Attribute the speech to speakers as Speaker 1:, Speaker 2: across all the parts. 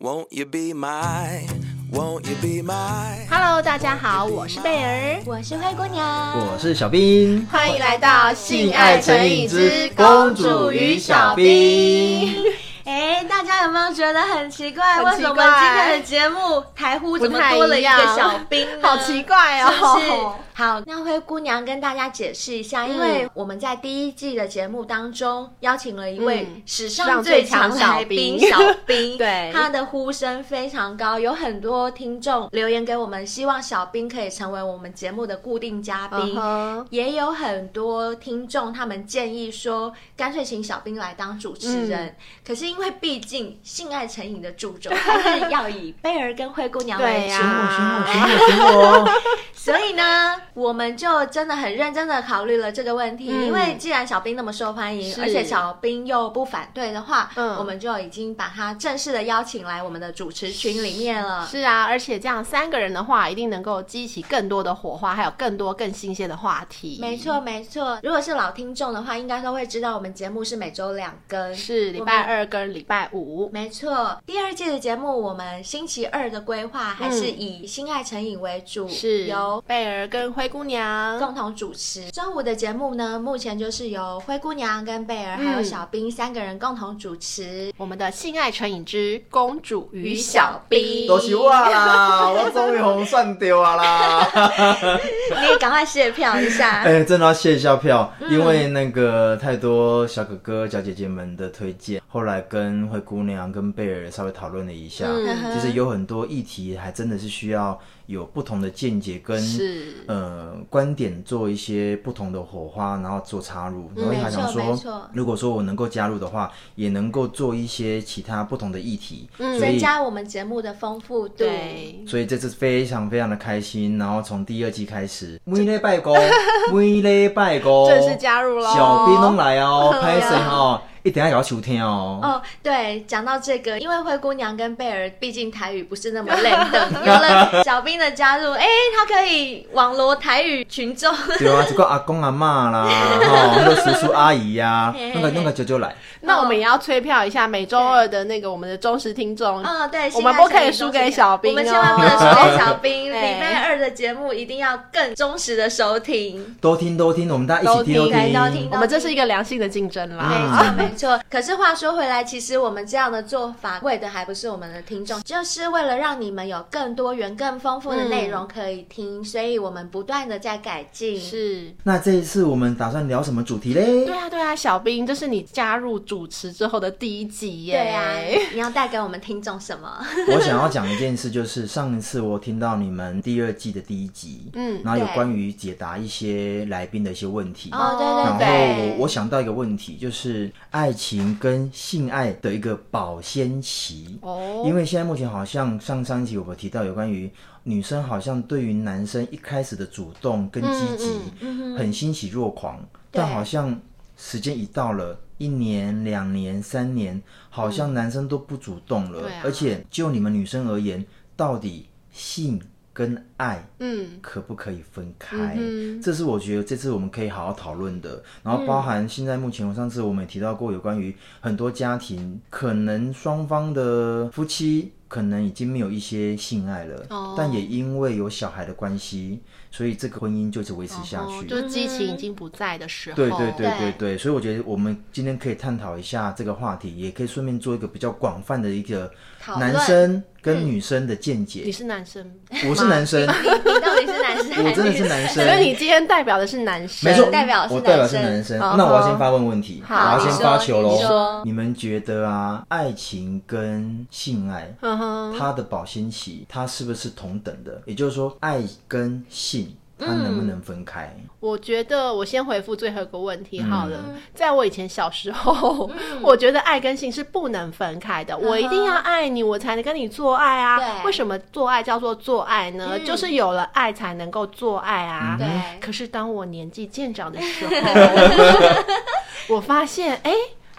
Speaker 1: Won't you be my? Won't you be my?
Speaker 2: Hello，大家好，我是贝儿，
Speaker 3: 我是灰姑娘，
Speaker 4: 我是小兵，
Speaker 2: 欢迎来到《
Speaker 4: 性爱成瘾之公主与小兵》。
Speaker 3: 哎，大家有没有觉得很奇怪？
Speaker 2: 很
Speaker 3: 为
Speaker 2: 奇
Speaker 3: 什么
Speaker 2: 怪
Speaker 3: 今天的节目台呼怎么多了一
Speaker 2: 不太一
Speaker 3: 个
Speaker 2: 样
Speaker 3: 小兵 呢？
Speaker 2: 好奇怪
Speaker 3: 是不 是
Speaker 2: 哦！嗯
Speaker 3: 好，那灰姑娘跟大家解释一下，因为我们在第一季的节目当中邀请了一位
Speaker 2: 嗯
Speaker 3: 史
Speaker 2: 史
Speaker 3: 上
Speaker 2: 上
Speaker 3: 最
Speaker 2: 最
Speaker 3: 强
Speaker 2: 强
Speaker 3: 小
Speaker 2: 小
Speaker 3: 兵
Speaker 2: 兵
Speaker 3: 小 兵，
Speaker 2: 对
Speaker 3: 他的呼声非常高，有很多听众留言给我们，希望小兵可以成为我们节目的固定嘉宾。
Speaker 2: 嗯哼
Speaker 3: 也有很多听众，他们建议说，干脆请小兵来当主持人。
Speaker 2: 嗯
Speaker 3: 可是因为毕竟性爱成瘾的主轴，还是要以贝儿跟灰姑娘为
Speaker 2: 对
Speaker 3: 主，
Speaker 2: 呀、
Speaker 4: 请我请我，
Speaker 3: 所以呢，我们就真的很认真的考虑了这个问题。
Speaker 2: 嗯
Speaker 3: 因为既然小兵那么受欢迎，
Speaker 2: 是
Speaker 3: 而且小兵又不反对的话，
Speaker 2: 嗯
Speaker 3: 我们就已经把他正式的邀请来我们的主持群里面了。
Speaker 2: 是啊，而且这样三个人的话，一定能够激起更多的火花，还有更多更新鲜的话题。
Speaker 3: 没，错，没错。如果是老听众的话，应该都会知道我们节目是每周两更，
Speaker 2: 是礼拜二跟礼拜五。
Speaker 3: 没错，第二季的节目，我们星期二的规划还是以性爱成瘾为主，
Speaker 2: 嗯是
Speaker 3: 由
Speaker 2: 贝儿跟灰姑娘，
Speaker 3: 共同主持。周五的节目呢，目前就是由灰姑娘跟贝尔
Speaker 2: 嗯
Speaker 3: 还有小兵三个人共同主 持。
Speaker 2: 我们的性爱成瘾之公主与
Speaker 3: 与
Speaker 2: 小
Speaker 3: 小
Speaker 2: 兵
Speaker 3: 兵。
Speaker 4: 都是我啦，我终于红算丢啊啦！
Speaker 3: 你也赶快谢票一 下。
Speaker 4: 哎、真的要谢一下票，因为那个太多小哥哥、小姐姐们的推荐，后来跟灰姑娘、跟贝尔稍微讨论了一下，
Speaker 2: 嗯
Speaker 3: 嗯哼
Speaker 4: 其实有很多议题还真的是需要有不同的见解跟
Speaker 2: 是，
Speaker 4: 呃观点做一些不同的火花，然后做插入，然后
Speaker 3: 嗯没
Speaker 4: 他想
Speaker 3: 错没
Speaker 4: 说
Speaker 3: 错，
Speaker 4: 如果说我能够加入的话，也能够做一些其他不同的议题，所
Speaker 3: 嗯增
Speaker 4: 以
Speaker 3: 加嗯我们节目的丰富度。
Speaker 2: 对，
Speaker 4: 所以这次非常非常的开心。然后从第二季开始，每礼拜 五，每礼拜五，
Speaker 2: 正式加入喽。
Speaker 4: 小兵拢来 哦，
Speaker 2: 对
Speaker 4: 拍
Speaker 2: 啊
Speaker 4: 谁哦，一定要要求听哦。
Speaker 3: 哦，对，讲到这个，因为灰姑娘跟贝尔毕竟台语不是那么累的，有 了小兵的加入，哎，他可以网罗台语群 众。
Speaker 4: 对啊，这个阿公阿 嬷啦，吼，那个叔叔阿姨呀
Speaker 3: 嘿嘿，
Speaker 4: 那个那个舅舅来，
Speaker 2: 那我们也要催票一下每周二的那个我们的忠实听众。
Speaker 3: 哦，对，
Speaker 2: 我们
Speaker 3: 性爱
Speaker 2: 不可以
Speaker 3: 成瘾
Speaker 2: 输
Speaker 3: 都
Speaker 2: 给
Speaker 3: 是
Speaker 2: 小兵
Speaker 3: 我们
Speaker 2: 哦
Speaker 3: 千万不能输给小 兵。
Speaker 2: 对
Speaker 3: 礼拜二的节目一定要更忠实的收听。
Speaker 4: 多听多听，我 们大家一起听
Speaker 2: 都
Speaker 4: 多
Speaker 2: 听
Speaker 4: 听，
Speaker 3: 都听
Speaker 2: 我们这是一个良性的竞争啦。啊
Speaker 3: 没
Speaker 4: 嗯
Speaker 3: 错，没错。可是话说回来，其实我们这样的做法，为的还不是我们的听众，就是为了让你们有更多元、更丰富的内容可以听，所以我们不断的在改进。
Speaker 2: 是，
Speaker 4: 那这一次我们打算聊什么主题 嘞
Speaker 2: 对？啊，对啊，小兵，这是你加入主持之后的第一集耶。
Speaker 3: 对啊，你要带给我们听众什么？
Speaker 4: 我想要讲一件事，就是上一次我听到你们第二季的第一集，
Speaker 2: 嗯
Speaker 4: 然后有
Speaker 3: 对
Speaker 4: 关于解答一些来宾的一些问题，
Speaker 3: 哦，对对
Speaker 4: 然后
Speaker 3: 对，
Speaker 4: 我想到一个问题，就是爱情跟性爱的一个保鲜期。
Speaker 2: 哦，
Speaker 4: 因为现在目前好像上上一集我们提到有关于女生好像对于男生一开始的主动跟积极
Speaker 2: 嗯
Speaker 4: 很欣喜若狂，
Speaker 3: 对
Speaker 4: 但好像时间一到了一年、两年、三年，好像男生都不主动了。
Speaker 2: 嗯对啊
Speaker 4: 而且就你们女生而言，到底性跟爱
Speaker 2: 嗯，
Speaker 4: 可不可以分开？
Speaker 2: 嗯
Speaker 4: 这是我觉得这次我们可以好好讨论的。然后包含现在目前，我上次我们也提到过有关于很多家庭，可能双方的夫妻可能已经没有一些性爱了，
Speaker 2: 哦
Speaker 4: 但也因为有小孩的关系，所以这个婚姻就此维持下
Speaker 2: 哦
Speaker 4: 去。
Speaker 2: 就是激情已经不在的时候。
Speaker 4: 对对对
Speaker 3: 对
Speaker 4: 对对，所以我觉得我们今天可以探讨一下这个话题，也可以顺便做一个比较广泛的一个
Speaker 3: 讨论
Speaker 4: 男生跟女生的见
Speaker 2: 你
Speaker 4: 解。
Speaker 2: 是男生，
Speaker 4: 我是男生，
Speaker 3: 你到底是男生还
Speaker 4: 我真的
Speaker 3: 是
Speaker 4: 是
Speaker 3: 女
Speaker 4: 男
Speaker 2: 所
Speaker 4: 生。
Speaker 2: 以你今天代表的是男生，
Speaker 4: 没错，
Speaker 3: 代表是
Speaker 4: 我代表
Speaker 3: 男
Speaker 4: 是
Speaker 3: 生
Speaker 4: 男生。
Speaker 2: 哦
Speaker 4: 那我要先发问问题，我
Speaker 2: 好
Speaker 4: 要先发
Speaker 3: 你
Speaker 4: 球喽
Speaker 3: 说。
Speaker 4: 你们觉得啊，爱情跟性爱，
Speaker 2: 嗯哼，
Speaker 4: 它的保鲜期，它是不是同等的？也就是说，爱跟性，它能不能分开？
Speaker 3: 嗯
Speaker 2: 我觉得我先回复最后一个问题好了。在我以前小时候，
Speaker 3: 嗯
Speaker 2: 我觉得爱跟性是不能分开的，我一定要爱你，我才能跟你做爱啊。
Speaker 3: 对嗯
Speaker 2: 为什么做爱叫做做爱呢？就是有了爱才能够做爱啊。
Speaker 3: 对
Speaker 2: 可是当我年纪渐长的时 候，我发现，哎、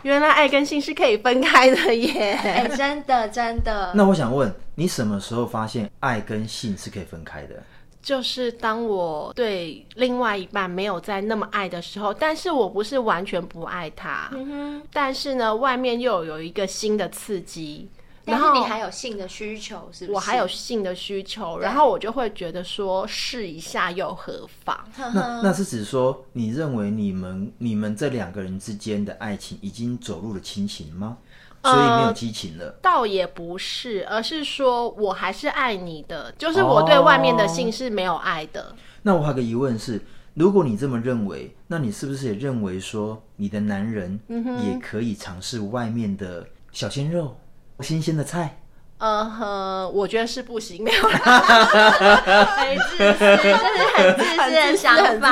Speaker 2: 原来爱跟性是可以分开的
Speaker 3: 哎、
Speaker 2: 耶。
Speaker 3: 真的真的，
Speaker 4: 那我想问，你什么时候发现爱跟性是可以分开的？
Speaker 2: 就是当我对另外一半没有再那么爱的时候，但是我不是完全不爱他。
Speaker 3: 嗯哼。
Speaker 2: 但是呢，外面又有一个新的刺激，
Speaker 3: 但
Speaker 2: 然
Speaker 3: 是
Speaker 2: 后
Speaker 3: 你还有性的需求，是不是？
Speaker 2: 我还有性的需求，然后我就会觉得说试一下又何妨？
Speaker 4: 那那是指说，你认为你们你们这两个人之间的爱情已经走入了亲情吗？
Speaker 3: 呃
Speaker 4: 所以没有激情了。
Speaker 2: 倒也不是，而是说我还是爱你的，就是我对外面的
Speaker 3: 哦
Speaker 2: 性是没有爱的。
Speaker 4: 那我还有个疑问是，如果你这么认为，那你是不是也认为说，你的男人
Speaker 3: 嗯
Speaker 4: 也可以尝试外面的小鲜肉、新鲜的菜？
Speaker 2: 嗯哼，我觉得是不行，没有啦
Speaker 3: 很自私，这是很自私的想法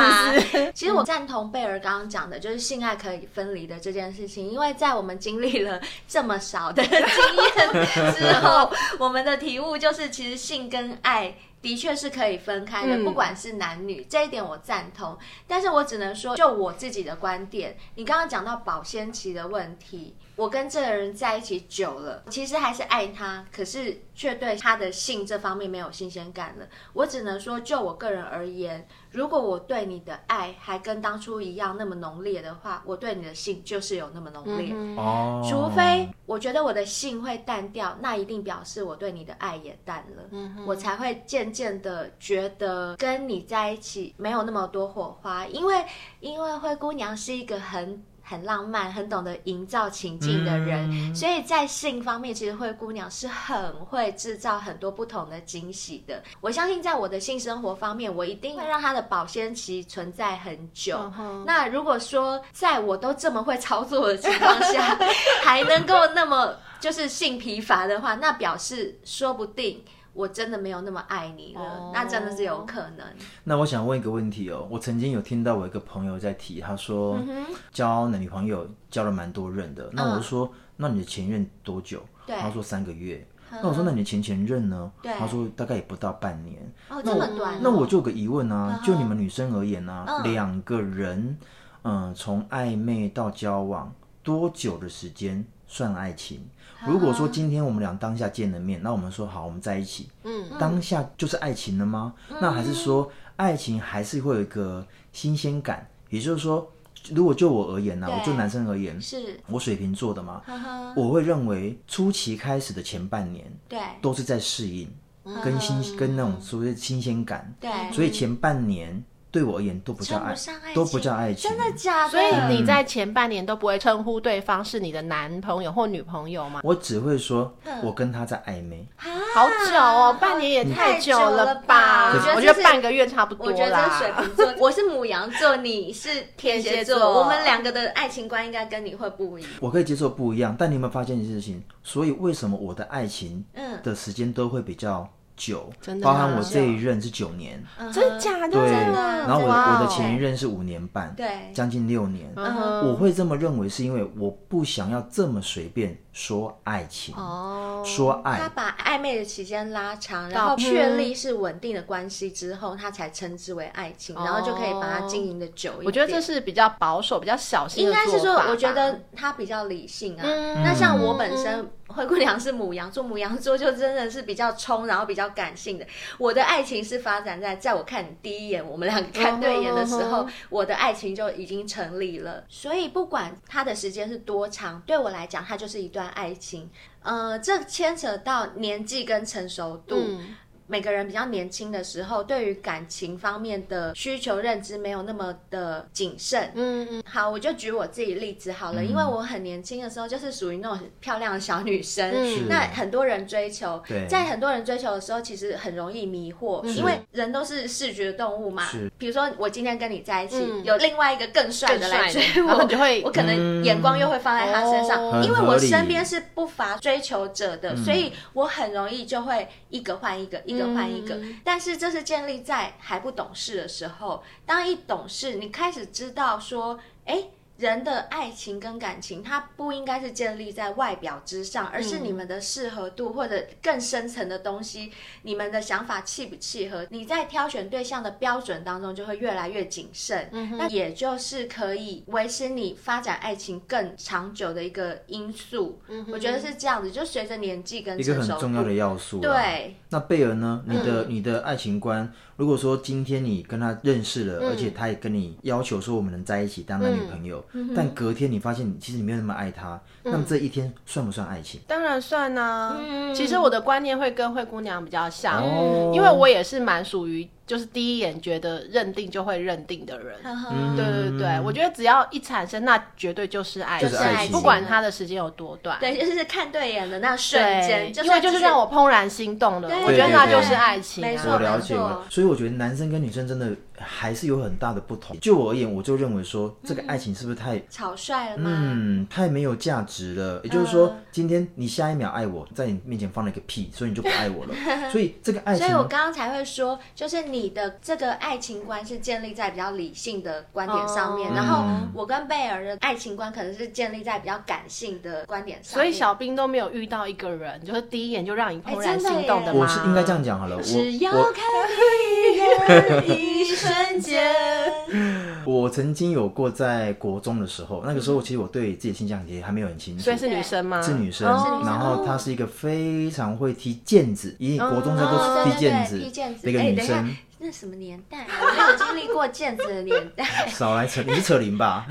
Speaker 2: 很。
Speaker 3: 其实我赞同贝尔刚刚讲的，就是性爱可以分离的这件事情，因为在我们经历了这么少的 经验之后，我们的体悟就是，其实性跟爱。的确是可以分开的，
Speaker 2: 嗯
Speaker 3: 不管是男女，这一点我赞同。但是我只能说，就我自己的观点，你刚刚讲到保鲜期的问题，我跟这个人在一起久了，其实还是爱他，可是却对他的性这方面没有新鲜感了。我只能说，就我个人而言，如果我对你的爱还跟当初一样那么浓烈的话，我对你的性就是有那么浓烈。
Speaker 4: 哦，
Speaker 3: 除非我觉得我的性会淡掉，那一定表示我对你的爱也淡了，
Speaker 2: 嗯
Speaker 3: 我才会渐渐的觉得跟你在一起没有那么多火花，因为因为灰姑娘是一个很。很浪漫，很懂得营造情境的人，
Speaker 4: 嗯
Speaker 3: 所以在性方面，其实灰姑娘是很会制造很多不同的惊喜的。我相信，在我的性生活方面，我一定会让它的保鲜期存在很久。
Speaker 2: 嗯哼
Speaker 3: 那如果说在我都这么会操作的情况下， 还能够那么就是性疲乏的话，那表示说不定我真的没有那么爱你了，
Speaker 2: 哦
Speaker 3: 那真的是有可能。
Speaker 4: 那我想问一个问题哦，我曾经有听到我一个朋友在提，他说、
Speaker 3: 嗯
Speaker 4: 交男女朋友交了蛮多任的，那我就说、那你的前任多久？
Speaker 3: 对嗯
Speaker 4: 他说三个月。那我说那你的前前任呢？
Speaker 3: 对
Speaker 4: 他说大概也不到半年。
Speaker 3: 哦，这
Speaker 4: 那我
Speaker 3: 么短、
Speaker 4: 那我就有个疑问啊
Speaker 3: 嗯，哼
Speaker 4: 就你们女生而言啊，
Speaker 3: 嗯
Speaker 4: 两个人，嗯，从暧昧到交往多久的时间算爱情？
Speaker 3: 啊
Speaker 4: 如果说今天我们俩当下见了面，那我们说好，我们在一起，
Speaker 2: 嗯，
Speaker 4: 当下就是爱情了吗？
Speaker 3: 嗯
Speaker 4: 那还是说爱情还是会有一个新鲜感？也就是说，如果就我而言呢、啊
Speaker 3: 对嗯
Speaker 4: 我就男生而言，
Speaker 3: 是，
Speaker 4: 我水瓶座的嘛，
Speaker 3: 呵呵，
Speaker 4: 我会认为初期开始的前半年
Speaker 3: 对
Speaker 4: 都是在适应，
Speaker 3: 嗯
Speaker 4: 跟新跟那种所谓的新鲜感，
Speaker 3: 对，
Speaker 4: 所以前半年对我而言都不叫
Speaker 3: 称
Speaker 4: 爱
Speaker 3: 不，上爱情，
Speaker 4: 都不叫爱情
Speaker 3: 真。的假的？
Speaker 2: 所以
Speaker 4: 嗯
Speaker 2: 你在前半年都不会称呼对方是你的男朋友或女朋友吗？
Speaker 4: 我只会说，我跟他在暧昧。
Speaker 2: 好久哦，半年也
Speaker 3: 啊太
Speaker 2: 久
Speaker 3: 久了
Speaker 2: 了
Speaker 3: 吧
Speaker 2: 我
Speaker 3: 我觉得
Speaker 2: 我觉
Speaker 3: 这
Speaker 2: 得
Speaker 3: 是
Speaker 2: 半个月差不多
Speaker 3: 我觉得这是水
Speaker 2: 啦。
Speaker 3: 瓶座，我是母羊座，你是天蝎
Speaker 2: 蝎
Speaker 3: 座，
Speaker 2: 座
Speaker 3: 我们两个的爱情观应该跟你会不一样。
Speaker 4: 我可以接受不一样，但你有没有发现一件事情？所以为什么我的爱情
Speaker 3: 嗯
Speaker 4: 的时间都会比较久，
Speaker 2: 真的
Speaker 4: 包
Speaker 2: 吗
Speaker 4: 含我这一任是九年，
Speaker 2: 真的假的？
Speaker 4: 嗯对，
Speaker 3: 啊的
Speaker 4: 然后我的
Speaker 2: 哇哦
Speaker 4: 我的前一任是五年半，
Speaker 3: 对
Speaker 4: 将近六年。
Speaker 2: 嗯哼
Speaker 4: 我会这么认为，是因为我不想要这么随便说爱情，
Speaker 2: 哦，
Speaker 4: 说
Speaker 3: 他
Speaker 4: 爱。
Speaker 3: 把暧昧的期间拉长，然后
Speaker 2: 到
Speaker 3: 确立是稳定的关系之后，他才称之为爱情，然后就可以把它经营的久一点。
Speaker 2: 哦我觉得这是比较保守、比较小心
Speaker 3: 应
Speaker 2: 的
Speaker 3: 该是
Speaker 2: 做
Speaker 3: 说
Speaker 2: 法，吧
Speaker 3: 我觉得他比较理性啊。
Speaker 2: 嗯
Speaker 3: 那像我本身，灰姑娘是母羊座， 母羊座就真的是比较冲，然后比较感性的。我的爱情是发展在在我看你第一眼，我们两个看对眼的时候，
Speaker 2: 嗯哼嗯
Speaker 3: 我的爱情就已经成立了。所以不管它的时间是多长，对我来讲，它就是一段爱情。呃，这牵扯到年纪跟成熟度。
Speaker 2: 嗯
Speaker 3: 每个人比较年轻的时候，对于感情方面的需求认知没有那么的谨慎，
Speaker 2: 嗯嗯，
Speaker 3: 好，我就举我自己例子好
Speaker 4: 嗯
Speaker 3: 了，因为我很年轻的时候就是属于那种漂亮的小女生，
Speaker 2: 嗯
Speaker 3: 那很多人追求
Speaker 4: 对，
Speaker 3: 在很多人追求的时候，其实很容易迷惑，因为人都是视觉动物嘛
Speaker 4: 是。
Speaker 3: 比如说我今天跟你在一起，
Speaker 2: 嗯
Speaker 3: 有另外一个更帅的来追
Speaker 2: 更帅的然
Speaker 3: 我，
Speaker 2: 后你就会
Speaker 3: 我可能眼光又会放在他身上，
Speaker 2: 嗯哦
Speaker 3: 因为
Speaker 4: 嗯很合
Speaker 3: 我
Speaker 4: 理
Speaker 3: 身边是不乏追求者的，所以我很容易就会一个换一个，一个换一个。
Speaker 2: 嗯
Speaker 3: 但是这是建立在还不懂事的时候，当一懂事，你开始知道说，哎。人的爱情跟感情，它不应该是建立在外表之上，而
Speaker 2: 嗯
Speaker 3: 是你们的适合度或者更深层的东西，你们的想法契不契合，你在挑选对象的标准当中就会越来越谨慎。
Speaker 2: 嗯
Speaker 3: 那也就是可以维持你发展爱情更长久的一个因素。
Speaker 2: 嗯
Speaker 3: 我觉得是这样子，就随着年纪跟
Speaker 4: 一个
Speaker 3: 成
Speaker 4: 很
Speaker 3: 熟度，
Speaker 4: 重要的要素啦。啊
Speaker 3: 对，嗯
Speaker 4: 那贝尔呢？你的、你的爱情观，如果说今天你跟他认识了，而
Speaker 3: 嗯
Speaker 4: 且他也跟你要求说我们能在一起当男女朋友，但隔天你发现你其实你没有那么爱他，那么这一天算不算爱情？
Speaker 2: 当然算啦、
Speaker 3: 嗯
Speaker 2: 其实我的观念会跟灰姑娘比较像，
Speaker 4: 哦
Speaker 2: 因为我也是蛮属于就是第一眼觉得认定就会认定的人。
Speaker 4: 啊
Speaker 3: 呵呵
Speaker 2: 对对
Speaker 4: 嗯
Speaker 2: 对，我觉得只要一产生，那绝对就是爱情，
Speaker 4: 就是爱情
Speaker 2: 不管它的时间有多短。
Speaker 3: 对，就是看对眼的那瞬
Speaker 2: 对
Speaker 3: 间，，就
Speaker 2: 因为
Speaker 3: 算
Speaker 2: 就是让我怦然心动了，
Speaker 3: 对
Speaker 2: 我觉得那
Speaker 4: 对对
Speaker 2: 就是爱情
Speaker 3: 没
Speaker 4: 我
Speaker 3: 错
Speaker 2: 啊。
Speaker 4: 了解了，所以我觉得男生跟女生真的还是有很大的不同。就我而言，我就认为说
Speaker 3: 嗯
Speaker 4: 这个爱情是不是太
Speaker 3: 草率了吗？
Speaker 4: 嗯太没有价值了？也就是说
Speaker 3: 嗯，
Speaker 4: 今天你下一秒爱我，在你面前放了一个屁，所以你就不爱 我了。所以这个爱
Speaker 3: 所
Speaker 4: 情
Speaker 3: 以我刚刚才会说，就是你的这个爱情观是建立在比较理性的观点上面，
Speaker 2: 哦
Speaker 3: 然后我跟贝尔的爱情观可能是建立在比较感性的观点上
Speaker 2: 所
Speaker 3: 面。
Speaker 2: 以小兵都没有遇到一个人，就是第一眼就让你怦然
Speaker 3: 哎真的
Speaker 2: 心动的
Speaker 3: 耶
Speaker 2: 吗？
Speaker 4: 我是应该这样讲好了。
Speaker 3: 只要
Speaker 4: 我
Speaker 3: 看一眼，一瞬间。
Speaker 4: 我我曾经有过在国中的时候，那个时候其实我对自己的性向也还没有很清楚
Speaker 2: 嗯所以。是女生
Speaker 3: 嗯
Speaker 2: 吗？
Speaker 4: 是女生，
Speaker 2: 哦
Speaker 4: 然后她是一个非常会踢毽子，以国中生
Speaker 3: 哦
Speaker 4: 都是
Speaker 3: 对
Speaker 4: 踢
Speaker 3: 对
Speaker 4: 毽
Speaker 3: 对踢毽
Speaker 4: 子
Speaker 3: 子
Speaker 4: 的一个
Speaker 3: 哎
Speaker 4: 女
Speaker 3: 等一下
Speaker 4: 生，
Speaker 3: 那什么年代？啊我没有经历过毽子的年 代。
Speaker 4: 少来扯，你是扯铃吧？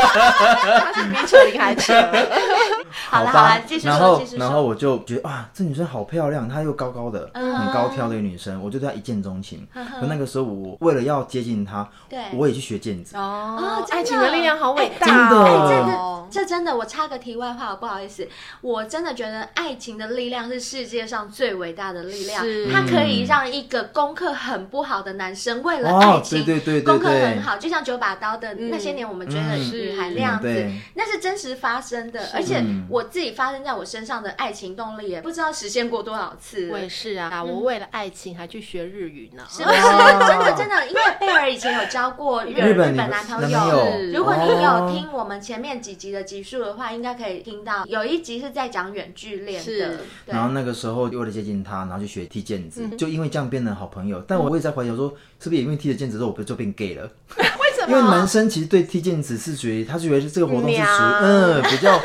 Speaker 2: 她是比扯铃还扯。
Speaker 3: 好了
Speaker 4: 吧
Speaker 3: 好了，继续
Speaker 4: 然
Speaker 3: 说，
Speaker 4: 后
Speaker 3: 继续
Speaker 4: 然后
Speaker 3: 说。
Speaker 4: 我就觉得啊，这女生好漂亮，她又高高的，
Speaker 3: 嗯
Speaker 4: 很高挑的一个女生，我就对她一见钟情。可那个时候我为了要接近她
Speaker 3: 对，
Speaker 4: 我也去学毽子。
Speaker 2: 哦
Speaker 3: 真的
Speaker 2: 爱情的力量好伟大
Speaker 4: 哎真的
Speaker 2: 哦！
Speaker 3: 这真的，我插个题外话，我不好意思，我真的觉得爱情的力量是世界上最伟大的力量
Speaker 2: 是，
Speaker 3: 它可以让一个功课很不好的男生为了
Speaker 4: 哦
Speaker 3: 爱情，
Speaker 4: 对对对对
Speaker 3: 功课
Speaker 4: 对
Speaker 3: 很好，就像九把刀的那些年我们追的女孩那样子，
Speaker 4: 嗯对
Speaker 3: 那是真实发生的，而且
Speaker 4: 嗯
Speaker 3: 我自己发生在我身上的爱情动力也不知道实现过多少次
Speaker 2: 我。也是啊，我为了爱情还去学日语呢。
Speaker 3: 嗯
Speaker 4: 哦
Speaker 3: 是不是
Speaker 4: 哇
Speaker 3: 真的真的？因为贝尔以前有交过日
Speaker 4: 日本
Speaker 3: 本
Speaker 4: 女
Speaker 3: 男朋
Speaker 4: 男
Speaker 2: 朋友
Speaker 3: 如果你
Speaker 4: 哦
Speaker 3: 有听我们前面几集的集数的话，应该可以听到有一集是在讲远距恋
Speaker 2: 是
Speaker 3: 的。对
Speaker 4: 然，后那个时候为了接近她，然后去学踢毽子，就因为这样变成好朋友。但我也在怀疑说，是不是因为踢了毽子之后，我不就变 gay 了？
Speaker 2: 为什
Speaker 4: 因为男生其实对踢毽子是觉得，他是觉得这个活动是属于
Speaker 2: 娘
Speaker 4: 嗯比较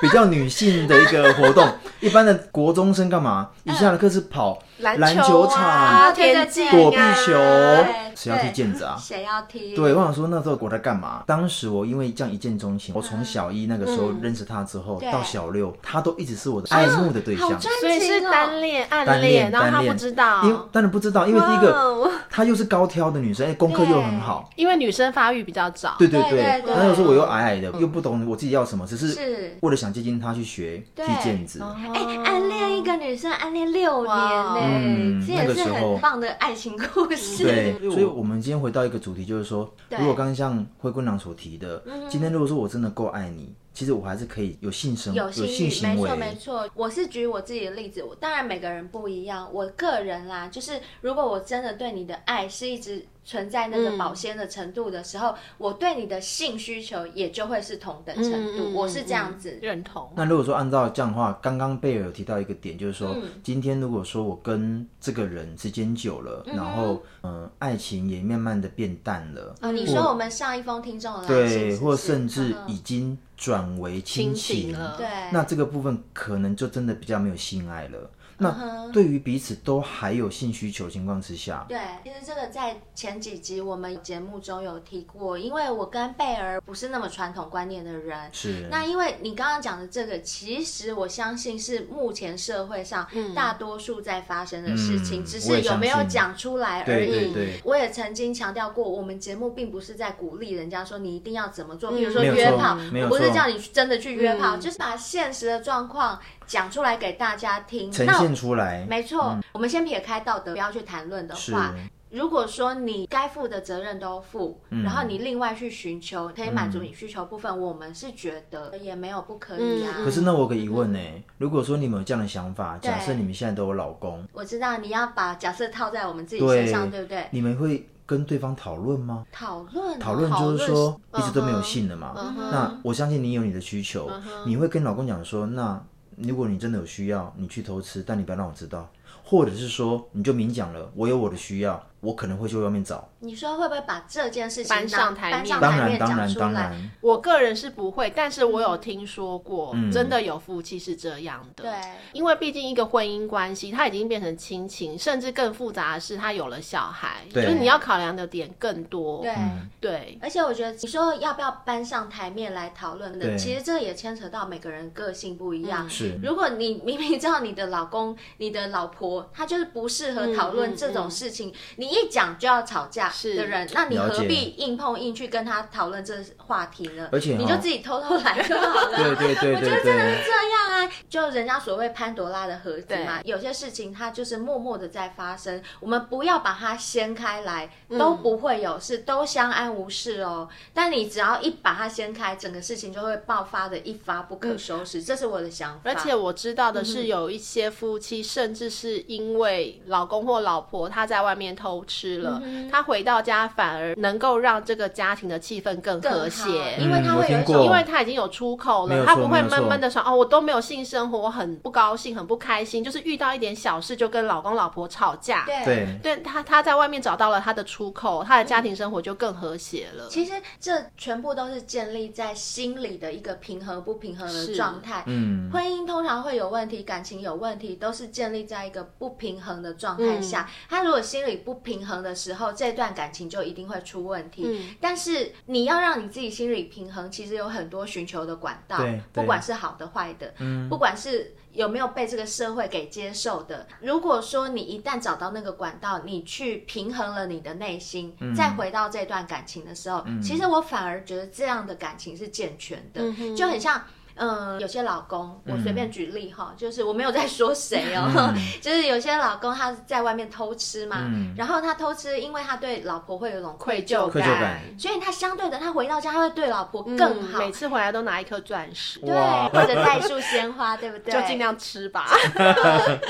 Speaker 4: 比较女性的一个活动。一般的国中生干嘛？一下了课是跑篮球
Speaker 2: 啊、
Speaker 4: 场、
Speaker 2: 田径、啊、
Speaker 4: 躲避球
Speaker 3: 对，
Speaker 4: 谁要踢毽子啊？
Speaker 3: 谁要听？
Speaker 4: 对，我想说那时候我在干嘛？当时我因为这样一见钟情，我从小一那个时候认识他之后，
Speaker 3: 对
Speaker 4: 到小六，他都一直是我的爱慕的对象
Speaker 3: 好。专
Speaker 2: 所以是
Speaker 3: 情哦
Speaker 2: 单恋、暗
Speaker 4: 单恋，
Speaker 2: 然后
Speaker 4: 单
Speaker 2: 他
Speaker 4: 恋
Speaker 2: 不知道，
Speaker 4: 因为当然不知道，因为第一
Speaker 2: 哇
Speaker 4: 个
Speaker 2: 哦
Speaker 4: 她又是高挑的女生，哎，功课又很好，
Speaker 2: 因为女生发育比较早，
Speaker 4: 对对
Speaker 3: 对
Speaker 4: 对
Speaker 3: 对，对
Speaker 4: 那有时候我又矮矮的，又不懂我自己要什么，只是
Speaker 3: 是
Speaker 4: 为了想接近她去学踢
Speaker 3: 对
Speaker 4: 毽子。
Speaker 2: 哦
Speaker 3: 哎、暗恋一个女生暗恋六年呢、
Speaker 2: 哇
Speaker 4: 嗯
Speaker 3: 这
Speaker 4: 那
Speaker 3: 也
Speaker 4: 个
Speaker 3: 是
Speaker 4: 时候
Speaker 3: 很棒的爱情故事。
Speaker 4: 对，所以我们今天回到一个主题，就是说，
Speaker 3: 对
Speaker 4: 如果刚刚像灰姑娘所提的，今天如果说我真的够爱你，其实我还是可以有性生
Speaker 3: 有性欲，
Speaker 4: 性
Speaker 3: 没
Speaker 4: 行为
Speaker 3: 错，没错。我是举我自己的例子，我当然每个人不一样。我个人啦，就是如果我真的对你的爱是一直存在那个保鲜的程度的时候，我对你的性需求也就会是同等程度。
Speaker 2: 嗯
Speaker 3: 我是这样子。
Speaker 2: 认同。
Speaker 4: 那如果说按照这样的话，刚刚贝尔有提到一个点，就是说，
Speaker 3: 嗯
Speaker 4: 今天如果说我跟这个人时间久了，然后嗯、呃爱情也慢慢的变淡了，
Speaker 3: 哦，你说我们上一封听众的来信
Speaker 4: 对，
Speaker 3: 是不
Speaker 4: 或
Speaker 3: 是
Speaker 4: 甚至
Speaker 3: 嗯
Speaker 4: 已经转为亲
Speaker 2: 亲情了
Speaker 3: 对，
Speaker 4: 那这个部分可能就真的比较没有性爱了。
Speaker 3: 嗯
Speaker 4: 那对于彼此都还有性需求的情况之下，
Speaker 3: 对，其实这个在前几集我们节目中有提过，因为我跟贝尔不是那么传统观念的人，
Speaker 4: 是
Speaker 3: 那因为你刚刚讲的这个，其实我相信是目前社会上大多数在发生的事情，
Speaker 4: 嗯
Speaker 3: 只
Speaker 4: 我
Speaker 3: 是有
Speaker 4: 也相信
Speaker 3: 没有讲出来而已。
Speaker 4: 对对对
Speaker 3: 我也曾经强调过，我们节目并不是在鼓励人家说你一定要怎么做，比如说
Speaker 4: 嗯没有
Speaker 3: 约
Speaker 4: 错
Speaker 3: 炮
Speaker 4: 没，有
Speaker 3: 我不是
Speaker 4: 错
Speaker 3: 叫你真的去约炮，
Speaker 2: 嗯
Speaker 3: 就是把现实的状况讲出来给大家听。
Speaker 4: 呈
Speaker 3: 那
Speaker 4: 现出来，
Speaker 3: 没错，我们先撇开道德，不要去谈论的
Speaker 4: 是
Speaker 3: 话，如果说你该负的责任都负，
Speaker 4: 嗯
Speaker 3: 然后你另外去寻求可以满足你需求部分，我们是觉得也没有不可以啊。
Speaker 2: 嗯
Speaker 4: 可是呢，我有个疑问呢、欸如果说你们有这样的想法，
Speaker 3: 对
Speaker 4: 假设你们现在都有老公，
Speaker 3: 我知道你要把假设套在我们自己身上，对不对？
Speaker 4: 你们会跟对方讨论吗？
Speaker 3: 讨论
Speaker 4: 讨论就是说
Speaker 2: 讨
Speaker 4: 一
Speaker 2: 论
Speaker 4: 直都没有性了嘛。
Speaker 2: 嗯哼
Speaker 4: 那我相信你有你的需
Speaker 3: 嗯
Speaker 4: 求，你会跟老公讲说，那如果你真的有需要，你去偷吃，但你不要让我知道。或者是说你就明讲了，我有我的需要，我可能会去外面找。
Speaker 3: 你说会不会把这件事情
Speaker 2: 搬上
Speaker 3: 拿
Speaker 2: 台
Speaker 3: 搬
Speaker 2: 面
Speaker 3: 上
Speaker 4: 当
Speaker 3: 台
Speaker 4: 然，
Speaker 3: 面
Speaker 4: 当
Speaker 3: 讲
Speaker 4: 然，
Speaker 3: 出
Speaker 4: 当
Speaker 3: 来？
Speaker 4: 然，
Speaker 2: 我个人是不会，但是我有听说过，
Speaker 4: 嗯
Speaker 2: 真的有夫妻是这样的。
Speaker 3: 对
Speaker 2: 因为毕竟一个婚姻关系，它已经变成亲情，甚至更复杂的是，他有了小孩，就
Speaker 4: 对
Speaker 2: 是你要考量的点更多。
Speaker 3: 对。
Speaker 2: 对
Speaker 3: 而且我觉得你说要不要搬上台面来讨论的，
Speaker 4: 对
Speaker 3: 其实这也牵扯到每个人个性不一
Speaker 2: 嗯
Speaker 3: 样。
Speaker 4: 是
Speaker 3: 如果你明明知道你的老公、你的老婆，他就是不适合
Speaker 2: 嗯
Speaker 3: 讨
Speaker 2: 嗯
Speaker 3: 论
Speaker 2: 嗯
Speaker 3: 这种事情，你一讲就要吵架
Speaker 2: 是
Speaker 3: 的人，那你
Speaker 4: 了解
Speaker 3: 何必硬碰硬去跟他讨论这话题呢？
Speaker 4: 而且哈哦
Speaker 3: 你就自己偷偷来就好了。
Speaker 4: 对对 对
Speaker 3: 我觉得
Speaker 4: 对
Speaker 3: 真的
Speaker 4: 对
Speaker 3: 是。这样啊，就人家所谓潘多拉的盒子嘛，
Speaker 2: 对
Speaker 3: 有些事情它就是默默的在发生，我们不要把它掀开来，都
Speaker 2: 嗯
Speaker 3: 不会有事，都相安无事哦。但你只要一把它掀开，整个事情就会爆发的一发不可收拾，这是我的想法。
Speaker 2: 嗯而且我知道的
Speaker 3: 嗯
Speaker 2: 是，有一些夫妻甚至是因为老公或老婆他在外面偷吃了，
Speaker 3: 嗯
Speaker 2: 他回到家反而能够让这个家庭的气氛更
Speaker 3: 更
Speaker 2: 和
Speaker 3: 好
Speaker 2: 谐，
Speaker 3: 因为
Speaker 4: 嗯
Speaker 3: 它
Speaker 4: 我
Speaker 3: 会有一
Speaker 4: 听
Speaker 3: 种
Speaker 4: 过
Speaker 2: 因为他已经有出口
Speaker 4: 没有
Speaker 2: 了，
Speaker 4: 错
Speaker 2: 他不会闷闷的说哦，我都没有性生活，我很不高兴，很不开心，就是遇到一点小事就跟老公老婆吵架。
Speaker 3: 对
Speaker 4: 对
Speaker 2: 对他，他在外面找到了他的出口，他的家庭生活就更和谐了。
Speaker 3: 其实这全部都是建立在心理的一个平衡不平衡
Speaker 2: 是
Speaker 3: 的状态。
Speaker 4: 嗯
Speaker 3: 婚姻通常会有问题，感情有问题，都是建立在一个不平衡的状态下。
Speaker 2: 嗯
Speaker 3: 他如果心理不平衡的时候，这段感情就一定会出问题。
Speaker 2: 嗯
Speaker 3: 但是你要让你自己心理平衡，其实有很多寻求的管道
Speaker 4: 对，
Speaker 3: 不
Speaker 4: 对
Speaker 3: 管是好的坏的，
Speaker 4: 嗯
Speaker 3: 不管是有没有被这个社会给接受的。如果说你一旦找到那个管道，你去平衡了你的内心，
Speaker 4: 嗯
Speaker 3: 再回到这段感情的时候，其实我反而觉得这样的感情是健全的，
Speaker 2: 嗯哼
Speaker 3: 就很像。嗯，有些老公，我随便举例哈，就是我没有在说谁哦， 就是有些老公他在外面偷吃嘛，
Speaker 4: 嗯
Speaker 3: 然后他偷吃，因为他对老婆会有一种愧疚
Speaker 2: 疚
Speaker 4: 愧疚感
Speaker 3: 所以他相对的，他回到家他会对老婆
Speaker 2: 嗯
Speaker 3: 更好，
Speaker 2: 每次回来都拿一颗钻石，
Speaker 3: 对，
Speaker 4: 哇
Speaker 3: 或者带束鲜花，对不对？
Speaker 2: 就尽量吃吧。